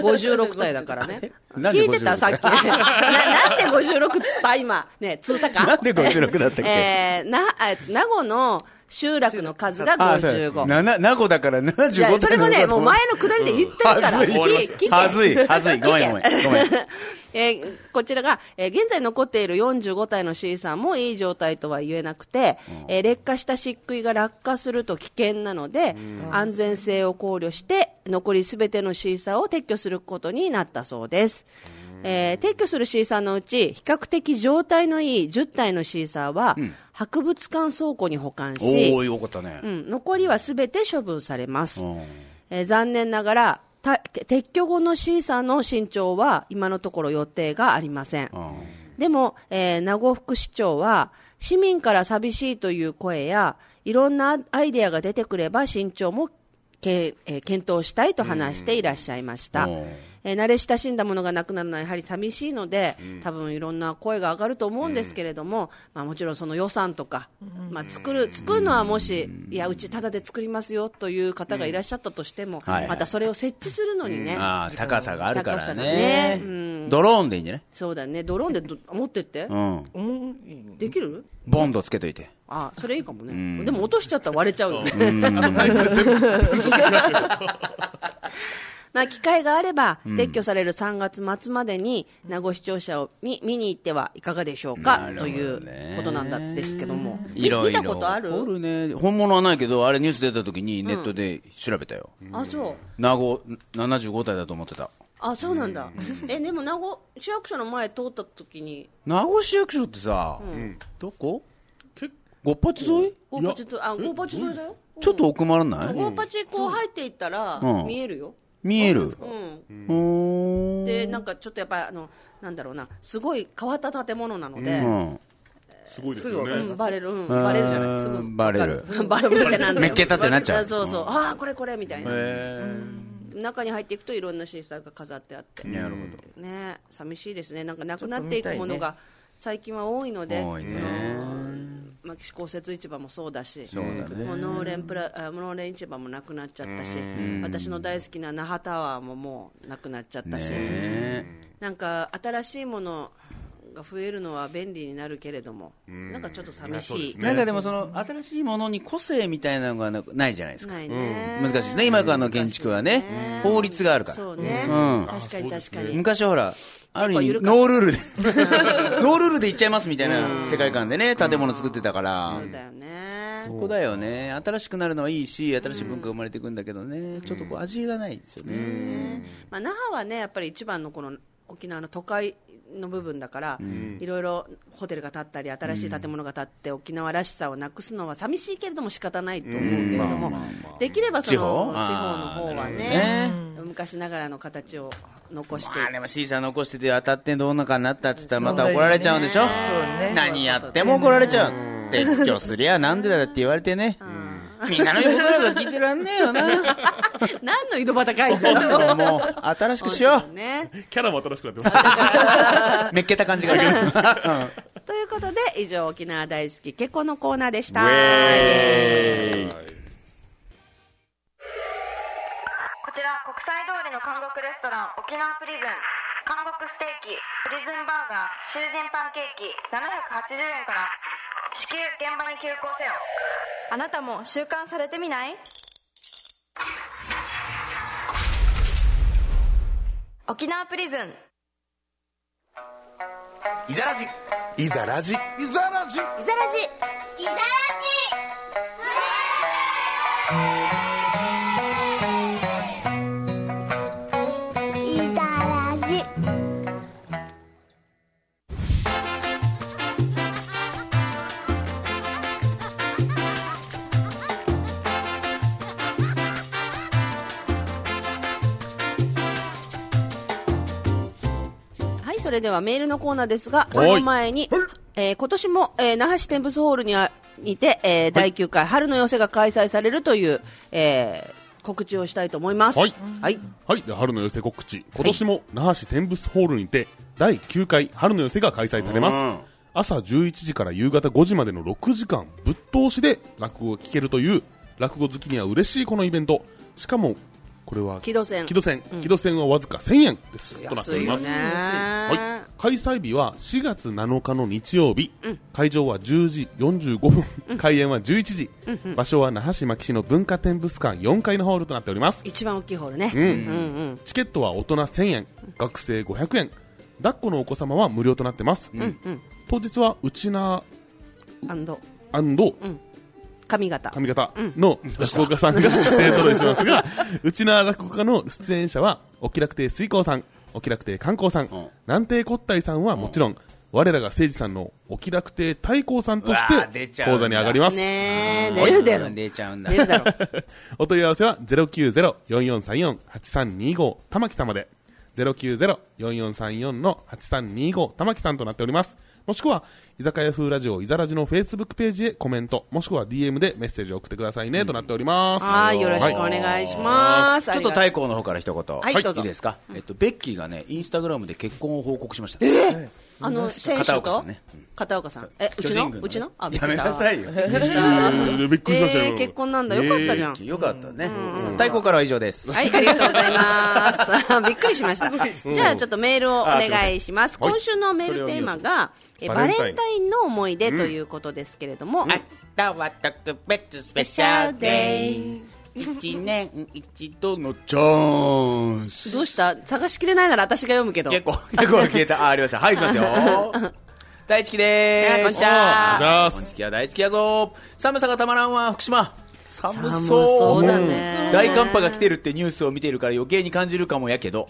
S5: 56体だからね
S4: なんで
S5: 聞いてた
S4: 56
S5: さっ きななんで56っつった今ねつったか
S4: なんで56だったっけ
S5: えーなえ名護の集落の数が55
S4: な名護だから75
S5: いや
S4: 点
S5: それも ね、もう前のくだりで言ってるから、
S4: はずい
S5: 聞け
S4: はずいはずいごめんごめんごめん。
S5: 聞け えーこちらが、えー現在残っている45体の C さんもいい状態とは言えなくて、えー劣化した漆喰が落下すると危険なので、安全性を考慮して、残りすべての C さんを撤去することになったそうです。えー撤去する C さんのうち、比較的状態のいい10体の C さんは、博物館倉庫に保管し、
S4: おおよかったね、
S5: うん、残りはすべて処分されます、
S4: うん
S5: えー残念ながらた撤去後の C さんの身長は今のところ予定がありません、
S4: うん
S5: でも、えー名護副市長は市民から寂しいという声やいろんなアイデアが出てくれば身長もけ、えー検討したいと話していらっしゃいました、
S4: うん
S5: えー慣れ親しんだものがなくなるのはやはり寂しいので、多分いろんな声が上がると思うんですけれども、まあ、もちろんその予算とか、まあ、作る作るのはもし、いや、うちただで作りますよという方がいらっしゃったとしても、
S4: うんはいはい
S5: またそれを設置するのにね、
S4: ああ高さがあるから
S5: 高さ
S4: ね
S5: がねう
S4: ドローンでいいんじゃない、
S5: そうだね、ドローンでど持ってって、
S4: うん、
S5: できる
S4: ボンドつけといて
S5: あそれいいかもね、でも落としちゃったら割れちゃうよね。 まあ、機会があれば、撤去される3月末までに、名護視聴者をに見に行ってはいかがでしょうか、
S4: なるほ
S5: と
S4: どね
S5: いうことなんだですけども、み
S4: いろいろ
S5: 見たことある
S4: おるね本物はないけどあれニュース出た時にネットで調べたよ、
S5: あそう
S4: 名護75体だと思ってた
S5: あそうなんだ、えでも名護市役所の前通った時に、
S4: 名護市役所ってさ、どこごっぱち沿い
S5: ゴーパチとあゴーパチ沿いだよ、
S4: ちょっと奥まらない、
S5: ゴーパチこう入っていったら、
S4: うん
S5: 見えるよ。
S4: 見える
S5: うん
S4: うん
S5: でなんかちょっとやっぱりあのなんだろうなすごい変わった建物なので、
S4: う
S5: うん
S4: ん
S2: すごいですよね。
S5: バレる、うん、バレるじゃないす
S4: う
S5: ぐ
S4: んバレる
S5: バレるって なんだよ
S4: めっけたってなっちゃう
S5: あそうそう、ああこれこれみたいな、
S4: へ
S5: 中に入っていくといろんなシーサーが飾ってあって
S4: えなるほ
S5: ね寂しいですねなんかなくなっていくものが最近は多いので
S4: 多いね
S5: そのまあ、市公設市場もそうだし
S4: そうだね
S5: もう農連プラあ農連市場もなくなっちゃったし私の大好きな那覇タワーももうなくなっちゃっ
S4: ど
S5: た
S4: ね
S5: し、
S4: え
S5: なんか新しいものが増えるのは便利になるけれども、なんかちょっと寂しい。
S4: なんかでもその新しいものに個性みたいなのがなないじゃないですか
S5: ないね、
S4: 難しいですね今からの建築はね法律があるから
S5: そうね、
S4: うん
S5: 確かに確かに、
S4: 昔はほらある意味
S5: 結構緩かっ
S4: ノールール でノールールでいっちゃいますみたいな世界観でね建物作ってたから
S5: そうだよね
S4: そこだよね新しくなるのはいいし新しい文化が生まれていくんだけどねちょっとこう味がないですよね
S5: まあ、那覇はねやっぱり一番のこの沖縄の都会の部分だから、いろいろホテルが建ったり新しい建物が建って、沖縄らしさをなくすのは寂しいけれども仕方ないと思うけれども、できればその
S4: 地
S5: 地
S4: 方
S5: 方の方は
S4: あーな
S5: ね
S4: る
S5: 昔ながらの形を残して
S4: まあでも C さん残してて当たってどうなかなったっつったらまた怒られちゃうんでしょ何やっても怒られちゃう撤去すりゃなんでだって言われてねみんなの言うことなんか聞いてらんねえ よな
S5: 何の井戸端会議だろう
S4: もう新しくしよ
S5: ね。
S2: キャラも新しくなってます。
S4: うめっけた感じがあるうん
S5: ということで、以上、沖縄大好き、けこのコーナーでした。
S10: こちら国際通りの韓国レストラン沖縄プリズン韓国ステーキプリズンバーガー囚人パンケーキ780円から至急現場に急行せよ
S9: あなたも習慣されてみない沖縄プリズン
S4: いざらじ
S7: いざラジいざラジ
S9: イザラジ
S10: いざらじいざらじ
S9: イ
S5: れではメールのコーナーですが、その前に、えー今年も、えー那覇市天仏ホールにあにて、えー第9回春の寄せが開催されるという、えー告知をしたいと思います。
S2: はい
S5: はい。
S2: はい、では春の寄せ告知今年も那覇市天仏ホールにて第9回春の寄せが開催されます、
S4: うん
S2: 朝11時から夕方5時までの6時間ぶっ通しで落語が聞けるという落語好きには嬉しいこのイベントしかもこれは
S5: 木戸線
S2: 木戸線,、木戸線はわずか1000円ですとなってお
S5: 安い
S2: りま
S5: よ
S2: す
S5: ね。
S2: はい、開催日は4月7日の日曜日、会場は10時45分、開演は11時、場所は那覇市牧市の文化展物館4階のホールとなっております、
S5: 一番大きいホールね。
S2: うん
S5: うんうん
S2: チケットは大人1000円、学生500円抱っこのお子様は無料となってます、当日はうちな
S5: アンド髪型。
S2: 髪型の落語家さんが勢ぞろいしますが、うちな落語家の出演者は、お気楽亭水光さん、お気楽亭観光さん、南亭骨体さんはもちろん、我らが誠司さんのお気楽亭太光さんとし
S4: うわー出ち
S2: て、
S4: ゃうんだ
S2: 講座に上がります。
S5: ねえ、出る出る。
S4: 出ちゃうんだ
S5: 出るだろう。
S2: お問い合わせは090-4434-8325玉木様で090-4434の8325玉木さんとなっておりますもしくは居酒屋風ラジオいざラジのフェイスブックページへコメントもしくは DM でメッセージを送ってくださいね、となっております
S5: はい、よろしくお
S2: はい
S5: 願いします。
S4: ちょっと太鼓の方から一言、
S5: はいどうぞ
S4: いですか、えっと、ベッキーがね、インスタグラムで結婚を報告しました、
S5: あの、選手
S4: 片岡さ
S5: と
S4: んね、
S5: 片岡さん。え、う
S4: 巨
S5: ちの
S4: 人軍のね
S5: うちのあ、びっ
S4: や
S5: く
S4: め
S5: りした
S4: なさいよ、
S2: えーびっくりしましたよ、
S5: えー結婚なんだよかったじゃん
S4: よかったね、太鼓からは以上です、
S5: はい、ありがとうございます。 びっくりしました。じゃあ、ちょっとメールをお願いします。
S2: あすいま
S5: 今
S2: せ
S5: 週
S2: ん
S5: のメールテーマが、え
S2: バ
S5: バ
S2: レ
S5: レン
S2: ンタイン
S5: タインの思い出ということですけれども、
S4: 明日は特別スペシャルデイ一年一度のチャンス
S5: どうした探しきれないなら私が読むけど。
S4: 結構結構消えたあありましたはい行きます よ大地きで
S5: ね
S4: ーす
S5: こんにちは
S2: こんにちは
S4: こんにちは大地きやぞ寒さがたまらんわ福島寒そう
S5: 寒そうだね
S4: 大寒波が来てるってニュースを見てるから余計に感じるかもやけど、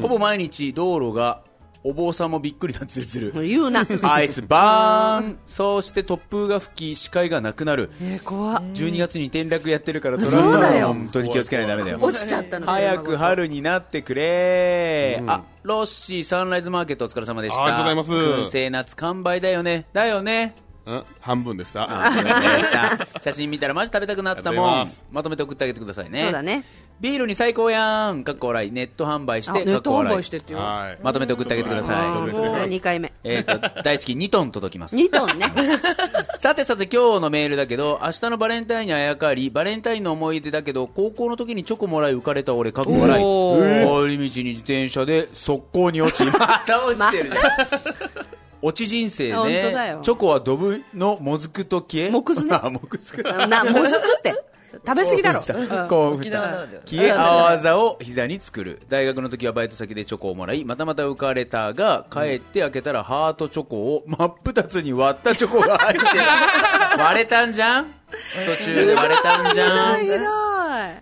S4: ほぼ毎日道路がお坊さんもびっくりなつるつる
S5: 言う な。
S4: アイスバーンそうして突風が吹き視界がなくなる
S5: えー、怖っ
S4: 12月に転落やってるからト
S5: そうだよ
S4: 本当に気をつけないとダメだよ
S5: 落ちちゃったの。
S4: 早く春になってくれ、あロッシーサンライズマーケットお疲れ様でした
S2: ありがとうございます
S4: 燻製夏完売だよねだよ ね
S2: うん半分でした
S4: ありがとうございました写真見たらマジ食べたくなっ
S2: あ
S4: たもん
S2: りがとうございま
S4: ますとめて送ってあげてくださいね
S5: そうだね。
S4: ビールに最高やんかっこ笑いネット販売し
S5: あネ
S4: てか
S5: ッ
S4: っ
S5: ト
S4: こ
S5: 販
S4: 笑
S5: 売
S4: い
S5: してってよ。あ
S2: はい、
S4: まとめて送ってあげてくださ
S5: ー
S4: い
S5: もう2回目。
S4: えっ、と大月2トン届きます
S5: 2トンね。
S4: さてさて今日のメールだけど明日のバレンタインにあやかりバレンタインの思い出だけど高校の時にチョコもらい浮かれた俺かっこ笑い
S5: おー
S4: 帰り道に自転車で速攻 に落ちまた落ちてるじゃん 落ち人生
S5: 本
S4: ね
S5: 当だよ
S4: チョコはドブのもずくと消え
S5: もくずね
S4: あもくずか
S5: な、もずくって。食べ過ぎだろ。
S4: 興奮し
S3: 沖縄なら
S4: た
S3: では
S4: 消えあわざを膝に作る大学の時はバイト先でチョコをもらいまたまた浮かれたが帰って開けたらハートチョコを真っ二つに割ったチョコが入ってる割れたんじゃん途中で割れたんじゃん
S5: 偉い。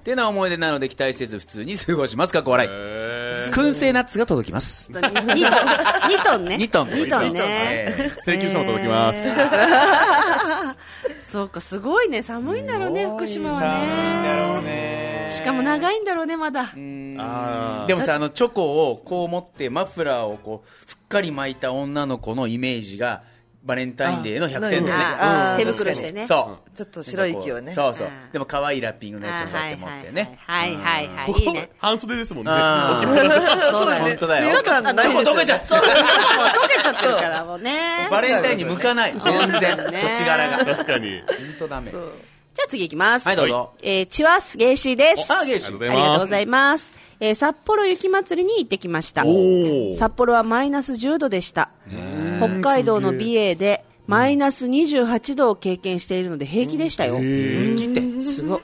S4: てな思い出なので期待せず普通に過ごしますかっこ笑い燻製ナッツが届きます
S5: 2トン。2トンね。
S4: 2トン
S5: 2トンね。
S4: えー
S2: 請求書も届きます、
S5: そうか、すごいね。寒いんだろうね、福島はね。しかも長いんだろうね、まだ。
S2: あー
S4: でもさあのチョコをこう持ってマフラーをこうふっかり巻いた女の子のイメージがバレンタインデーの100点だよね
S5: あー
S4: うん
S5: 手袋してね
S4: そう
S3: ちょっと白い息をね
S4: そうそう
S5: あー
S4: でも可愛いラッピングのやつを持って持ってね
S5: はいはいはいはい。
S2: こ
S5: い
S2: こ
S5: いね。
S2: 半袖ですもんね
S4: あー
S5: そうだ
S4: 本当だよ
S5: ちょっと、あの
S4: チョコ溶けちゃった
S5: 溶けちゃってるからもうね。
S4: バレンタインに向かない全然土
S5: ね
S4: 地柄が本
S2: 確かに
S4: 当ダメ
S5: じゃあ次行きます。
S4: はいどうぞ
S5: えー、チワスゲイシーです。
S4: あゲイシー
S5: ありがとうございます。えー札幌雪まつりに行ってきました。
S2: ー
S5: 札幌はマイナス10度でした。北海道の美瑛でマイナス28度を経験しているので平気でしたよ。すごい。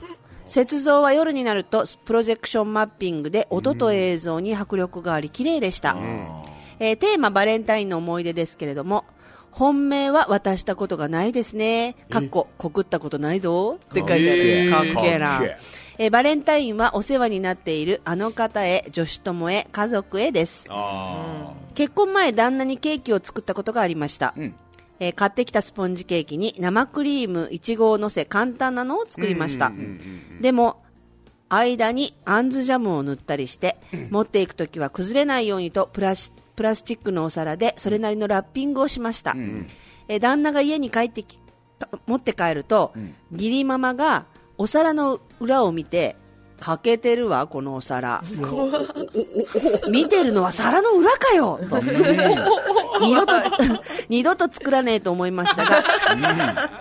S5: 雪像は夜になるとプロジェクションマッピングで音と映像に迫力があり綺麗でした、えーテーマバレンタインの思い出ですけれども本命は渡したことがないですね。かっこ、告ったことないぞって書いてある。かっけえな
S4: かっけ。
S5: えーバレンタインはお世話になっているあの方へ、女子友へ、家族へです。結婚前、旦那にケーキを作ったことがありました。
S4: ん
S5: えー買ってきたスポンジケーキに生クリーム、いちごを乗せ簡単なのを作りました。でも、間にあんずジャムを塗ったりして、持っていくときは崩れないようにとプラスプラスチックのお皿でそれなりのラッピングをしました、えー旦那が家に帰ってきか持って帰ると、義理ママがお皿の裏を見て欠けてるわこのお皿見てるのは皿の裏かよと二度と 二度と作らねえと思いましたが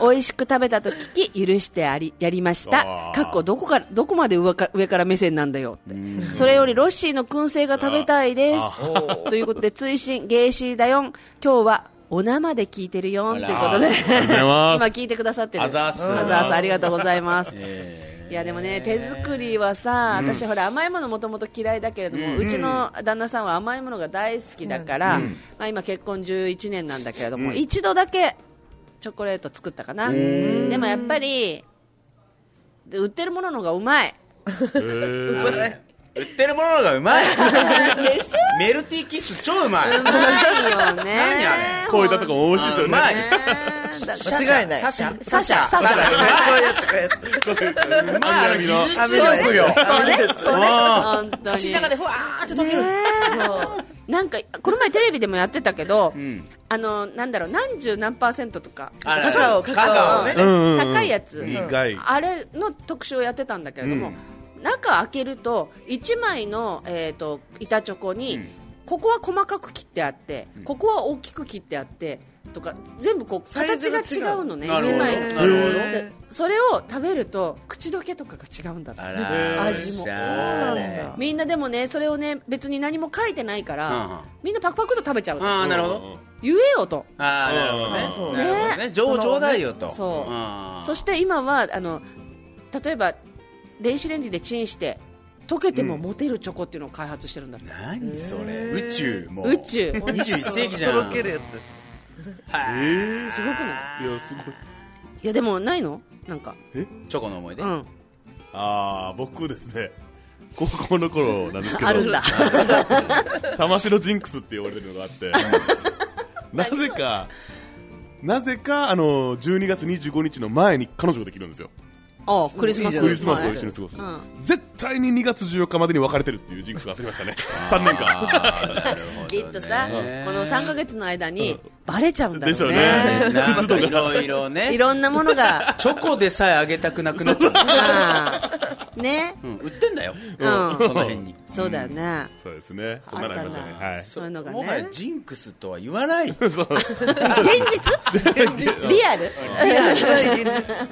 S5: 美味しく食べたと聞き許してありやりましたかっこどこからどこまで上か上から目線なんだよってそれよりロッシーの燻製が食べたいですということで追伸芸師だよん今日はお生で聞いてるよんということで
S4: あらありがとうござい ます
S5: 今聞いてくださってる
S4: あざーす
S5: うんあざーすありがとうござい ます、いやでもね手作りはさ、私ほら甘いものもともと嫌いだけれども、う
S4: うん
S5: ちの旦那さんは甘いものが大好きだから、
S4: うん
S5: まあ、今結婚11年なんだけれども、
S4: うん
S5: 一度だけチョコレート作ったかなでもやっぱりで売ってるものの方がう まい
S4: 売ってるものの方がうまいメルティーキッス超うまい何
S5: ないよね
S4: あ
S2: こういったとこも美味しいです
S4: れう
S2: よね。
S4: まい
S3: 間違いない
S4: サシャ
S5: サシャ
S4: サシャ
S5: サシャ
S4: う まいうまいあれ技術力よあ
S5: 本当に
S11: 口の中でふわーって溶ける。
S5: そうなんかこの前テレビでもやってたけど、
S4: ん
S5: あのなんだろう何十何パーセントとか
S4: あら
S5: カカオ
S4: カ
S5: カ
S4: カ
S5: カ
S4: オ
S5: オ
S4: ね
S5: ね
S2: うんうんうん
S5: 高いやつ、
S2: 意外。
S5: あれの特集をやってたんだけれども、中開けると1枚の、えー、と板チョコに、ここは細かく切ってあって、ここは大きく切ってあってとか全部こう
S3: サイズ
S5: 形
S3: が
S5: が
S3: 違う
S5: 違うのね
S4: なるほ
S5: 1
S4: ど
S5: 枚
S4: なるほど
S5: でそれを食べると口どけとかが違うんだって
S4: ら
S5: 味も
S4: おしゃれ
S5: みんなでもねそれをね別に何も書いてないから、
S4: うんうん
S5: みんなパクパクと食べちゃうの
S4: ああなるほど
S5: 言えよと
S4: ああなるほどね
S3: そう
S4: なるほどね情ちょうだいよと
S5: そう
S4: あー
S5: そして今はあの例えば電子レンジでチンして溶けても持てるチョコっていうのを開発してるんだって、
S4: 何それ宇宙も
S5: 宇宙
S4: 21世紀じゃ
S3: と
S4: ん
S3: ろけるやつです
S4: はい
S5: すごくない
S2: いや、すごい。
S5: いやでもないのなんか
S4: チョコの思い出
S5: うん
S2: ああ、僕ですね。高校の頃なんですけど。
S5: あるんだ
S2: 玉城ジンクスって言われてるのが あって、なぜか、なぜか、あの、12月25日の前に彼女ができるんですよ。
S5: ああクリスマス
S2: クリスマスを一緒に過ごす。
S5: うん
S2: 絶対に2月14日までに別れてるっていうジンクスがありましたね。3年間。
S5: きっとさ、この3か月の間にバレちゃうんだろ
S2: でしょ
S5: う
S2: う
S5: ね
S2: ね。
S4: なんかいろいろ ね
S5: いろんなもの が
S4: チョコでさえあげたくなくなっちゃう
S5: ああね
S4: うん売ってんだよ、
S5: うん
S4: その辺に
S5: そうだよね、
S2: そうですね。そんなのありましたね。はい。
S5: そういうのがね
S4: もはやジンクスとは言わない、ね
S2: そう。
S5: 現実リアル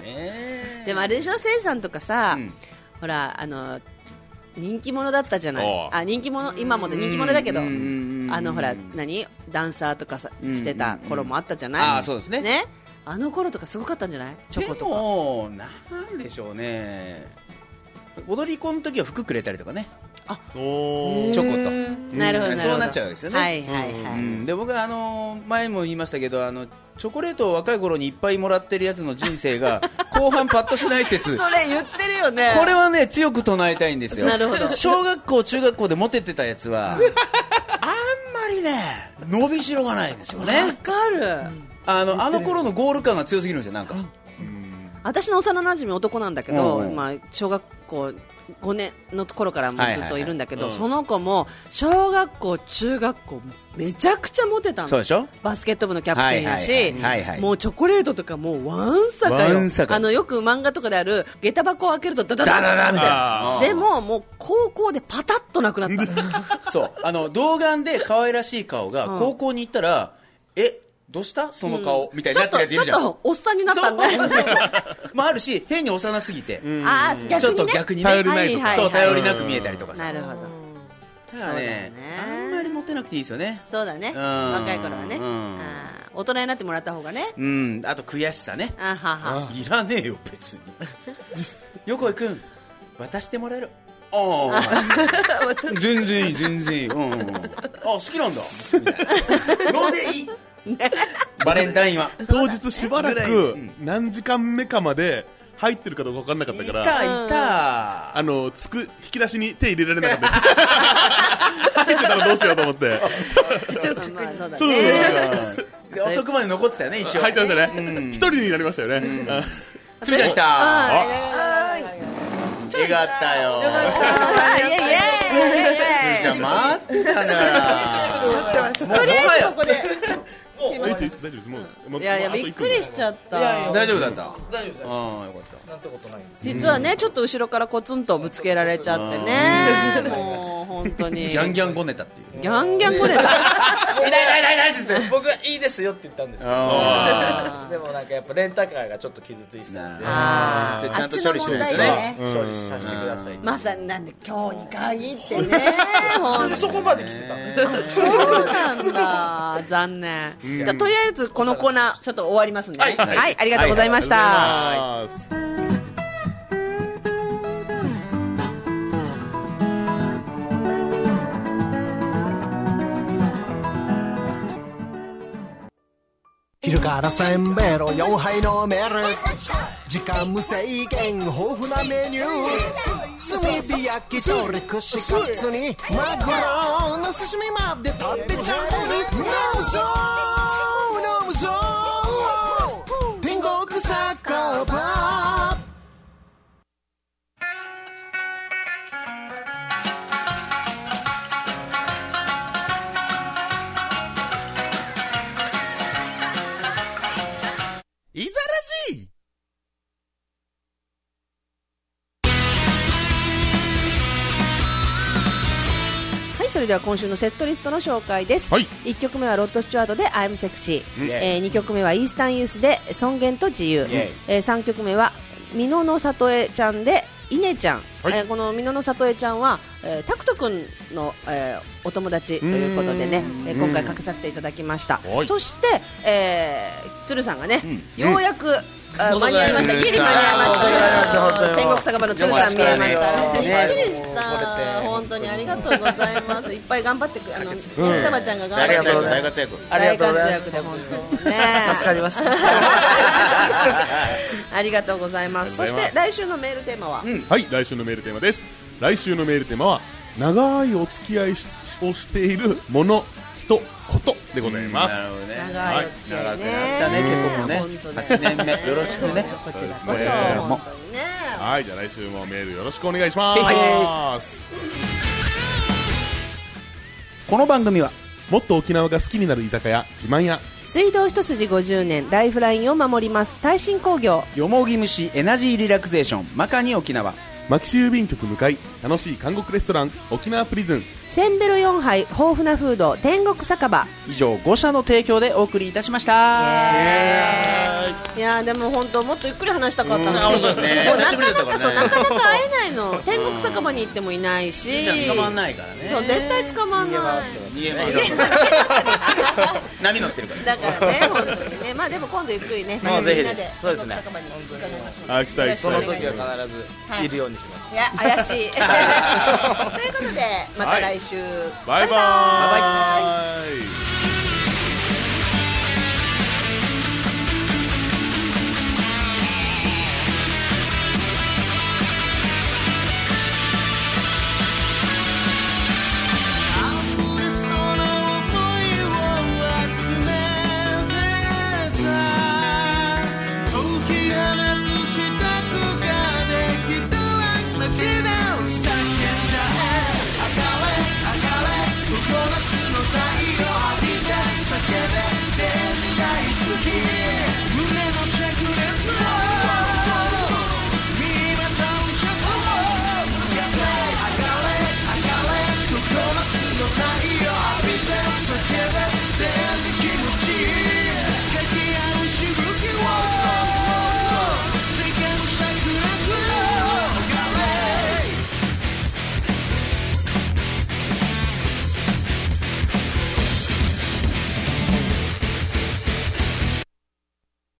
S4: え
S5: でもあれでしょせいさんとかさ、
S4: うん
S5: ほらあの人気者だったじゃな
S2: おう
S5: いあ人気者今もで人気者だけどあ
S4: うんうんうんうん
S5: のほら何ダンサーとかさ
S4: うん
S5: してた頃もあったじゃない、
S4: ああそうですね
S5: あの頃とかすごかったんじゃないチョ
S4: で
S5: コとか
S4: もなんでしょうね踊り子の時は服くれたりとかね
S2: おー
S4: チョコと
S5: なるほどなるほど
S4: そうなっちゃうんですよね、
S5: はいはいはい、
S4: うんで僕はあのー前も言いましたけどあのチョコレートを若い頃にいっぱいもらってるやつの人生 が後半パッとしない説
S5: それ言ってるよね
S4: これはね強く唱えたいんですよ
S5: なるほど
S4: 小学校中学校でモテてたや つはあんまりね伸びしろがないんですよ
S5: わ
S4: ね
S5: かる、
S4: あのあの頃のゴール感が強すぎるんですよなんか
S5: 私の幼馴染男なんだけど、
S4: うん
S5: まあ、小学校5年の頃からもずっといるんだけど、
S2: はいはい
S5: その子も小学校、中学校めちゃくちゃモテた
S4: そう
S5: の
S4: でしょ
S5: バスケット部のキャプテンや
S4: は
S5: し
S4: いはいはいはい
S5: もうチョコレートとかもうわんさか
S4: わ
S5: よ
S4: んさか
S5: あのよく漫画とかである下駄箱を開けるとダダダ
S4: ダララみたいな
S2: あ
S5: でももう高校でパタッとなくなった
S4: そうあの童顔で可愛らしい顔が高校に行ったら、えどうしたその顔、みたいに
S5: ちょ
S4: なっ
S5: ってと
S4: るやついるじ
S5: ち
S4: ゃ
S5: ょっ
S4: ん
S5: とおっさんになったんだ
S4: そうそうそう まああるし変に幼すぎて、
S5: あー逆にね
S4: ちょっと逆にね
S2: 頼りないとか
S5: はい
S4: そう
S5: はい
S4: 頼
S5: は
S4: りなく見えたりとか
S5: い
S4: さ
S5: なるほど
S4: た
S5: そ
S4: だね
S5: うだよね
S4: あんまりモテなくていいですよね
S5: そうだね
S4: うん
S5: 若い頃はね
S4: うん
S5: あー大人になってもらった方がね
S4: うんあと悔しさね
S5: あははい
S4: らねえよ別に 横井君渡してもらえるあ あ全然いい全然いい、うんうんうん、あ好きなんだみたい なのでいいバレンタインは
S2: 当日しばらく何時間目かまで入ってるかどうか分からなかった
S4: い
S2: から、
S4: たいた
S2: あの、つく、引き出しに手入れられなかったです。入ってたらどうしようと思って。
S5: まあまあそうだ
S2: そう
S5: ね
S4: うんで遅くまで残ってたよね一応
S2: 入ってましたね。一人になりましたよね。
S4: つみちゃん来た
S5: あー
S4: えよかったよ すずちゃん待ってたんだから
S11: 待って
S4: もうもはや
S2: もう、いついつ大丈夫です。もうもう、
S11: いやいやびっくりしちゃった
S4: 大丈夫だった
S6: 大丈夫
S4: ああよかった
S6: なんてことないんです
S11: 実はねちょっと後ろからコツンとぶつけられちゃってねもう本当に
S4: ギャンギャンこねたっていう
S11: ギャンギャンこねた
S6: 痛い痛い痛い痛いですね僕はいいですよって言ったんですけど
S4: あ
S6: でもなんかやっぱレンタカーがちょっと傷ついてたんで
S11: あ
S4: それ
S11: ー
S4: ちゃんと処理しないと
S11: あっちの問題
S4: ね
S11: ね
S6: 処理させてください
S11: まさになんで今日に限ってね本当に
S6: そこまで来てたんです
S11: そうなんだ残念じゃあとりあえずこのコーナーちょっと終わりますねはい、
S4: はい
S11: ありがとうございました、
S2: ありがとうございます。
S1: 昼からせんべろ4杯飲める時間無制限豊富なメニュー炭火焼き鳥串カツにマグロの刺身まで食べちゃう飲むぞ飲むぞ天国酒場
S2: いざらしい
S5: はい、それでは今週のセットリストの紹介です。
S2: はい
S5: 一曲目はロッド・スチュワートで「I'm Sexy」
S6: イエ
S5: えー、2曲目はイースタン・ユースで「尊厳と自由」
S6: イエイ
S5: えー、3曲目は美濃の里江ちゃんで「稲ちゃん」
S2: はい
S5: えーこの美濃の里江ちゃんは、えー、タクト君の、えーお友達ということでね、えー今回かけさせていただきました
S2: はい
S5: そして、えー、鶴さんがね、
S4: うん
S5: ようやく、あ
S6: うん
S5: 間に合いましたギリ間に合いまし
S6: おめでとうござ
S5: た
S6: います本当に
S5: 天国酒場の鶴さん見えまし
S6: よか
S5: た
S6: った
S5: び
S6: よ
S5: っくりし
S6: ね
S5: た
S6: もう
S5: 本当にありがとうございますいっぱい頑張ってくあの双葉ちゃんが頑
S4: 大
S5: 張っ
S4: 活
S5: て
S4: 躍
S5: く
S4: 大活躍
S6: ありが
S5: 大
S6: とうご
S5: 活躍
S6: ざいます
S5: で本当にね
S6: 助かりました
S5: ありがとうございます
S2: あ
S5: そ
S2: りがとうご
S5: し
S2: ざいます
S5: て来週のメールテーマは、
S2: はい、来週のメールテーマです。来週のメールテーマは、長いお付き合いしをしているもの、人、ことでございます。
S4: なるほどね
S5: 長いお付き合いね
S4: 長くなったね結婚もね
S5: 本当ね
S4: 8年目よろしくね
S5: こちらこそ、
S2: ねえ
S5: 本当にね
S2: はい、じゃあ来週もメールよろしくお願いします。
S4: この番組は
S2: もっと沖縄が好きになる居酒屋、自慢屋。
S5: 水道一筋50年ライフラインを守ります耐震工業
S4: よもぎ虫エナジーリラクゼーションマカニ沖縄
S2: 牧師郵便局向かい、楽しい韓国レストラン、沖縄プリズン。
S5: せんべろ4杯豊富なフード天国酒場
S4: 以上5社の提供でお送りいたしました
S5: いやーでも本当もっとゆっくり話したかったのに
S4: うん本当ですね
S5: もうな
S4: 久しぶりだ
S5: か
S4: った
S5: なかそ
S4: からね
S5: うなかなか会えないの天国酒場に行ってもいないし
S4: じゃあ捕まんないからね
S5: そう絶対捕まんない
S4: 逃げ 回る波乗ってるから
S5: だからね本当にねまあでも今度ゆっくりねま
S6: ま
S5: た
S6: あぜ
S5: み
S6: ひ
S5: んなで
S6: そうですね
S5: 天国酒場に行かれます
S2: あ、来た来
S6: そ
S2: た
S6: の
S2: 来
S6: 時は必ずいるようにします
S5: いや怪しい ということでまた来週、
S2: た。バイバーイ。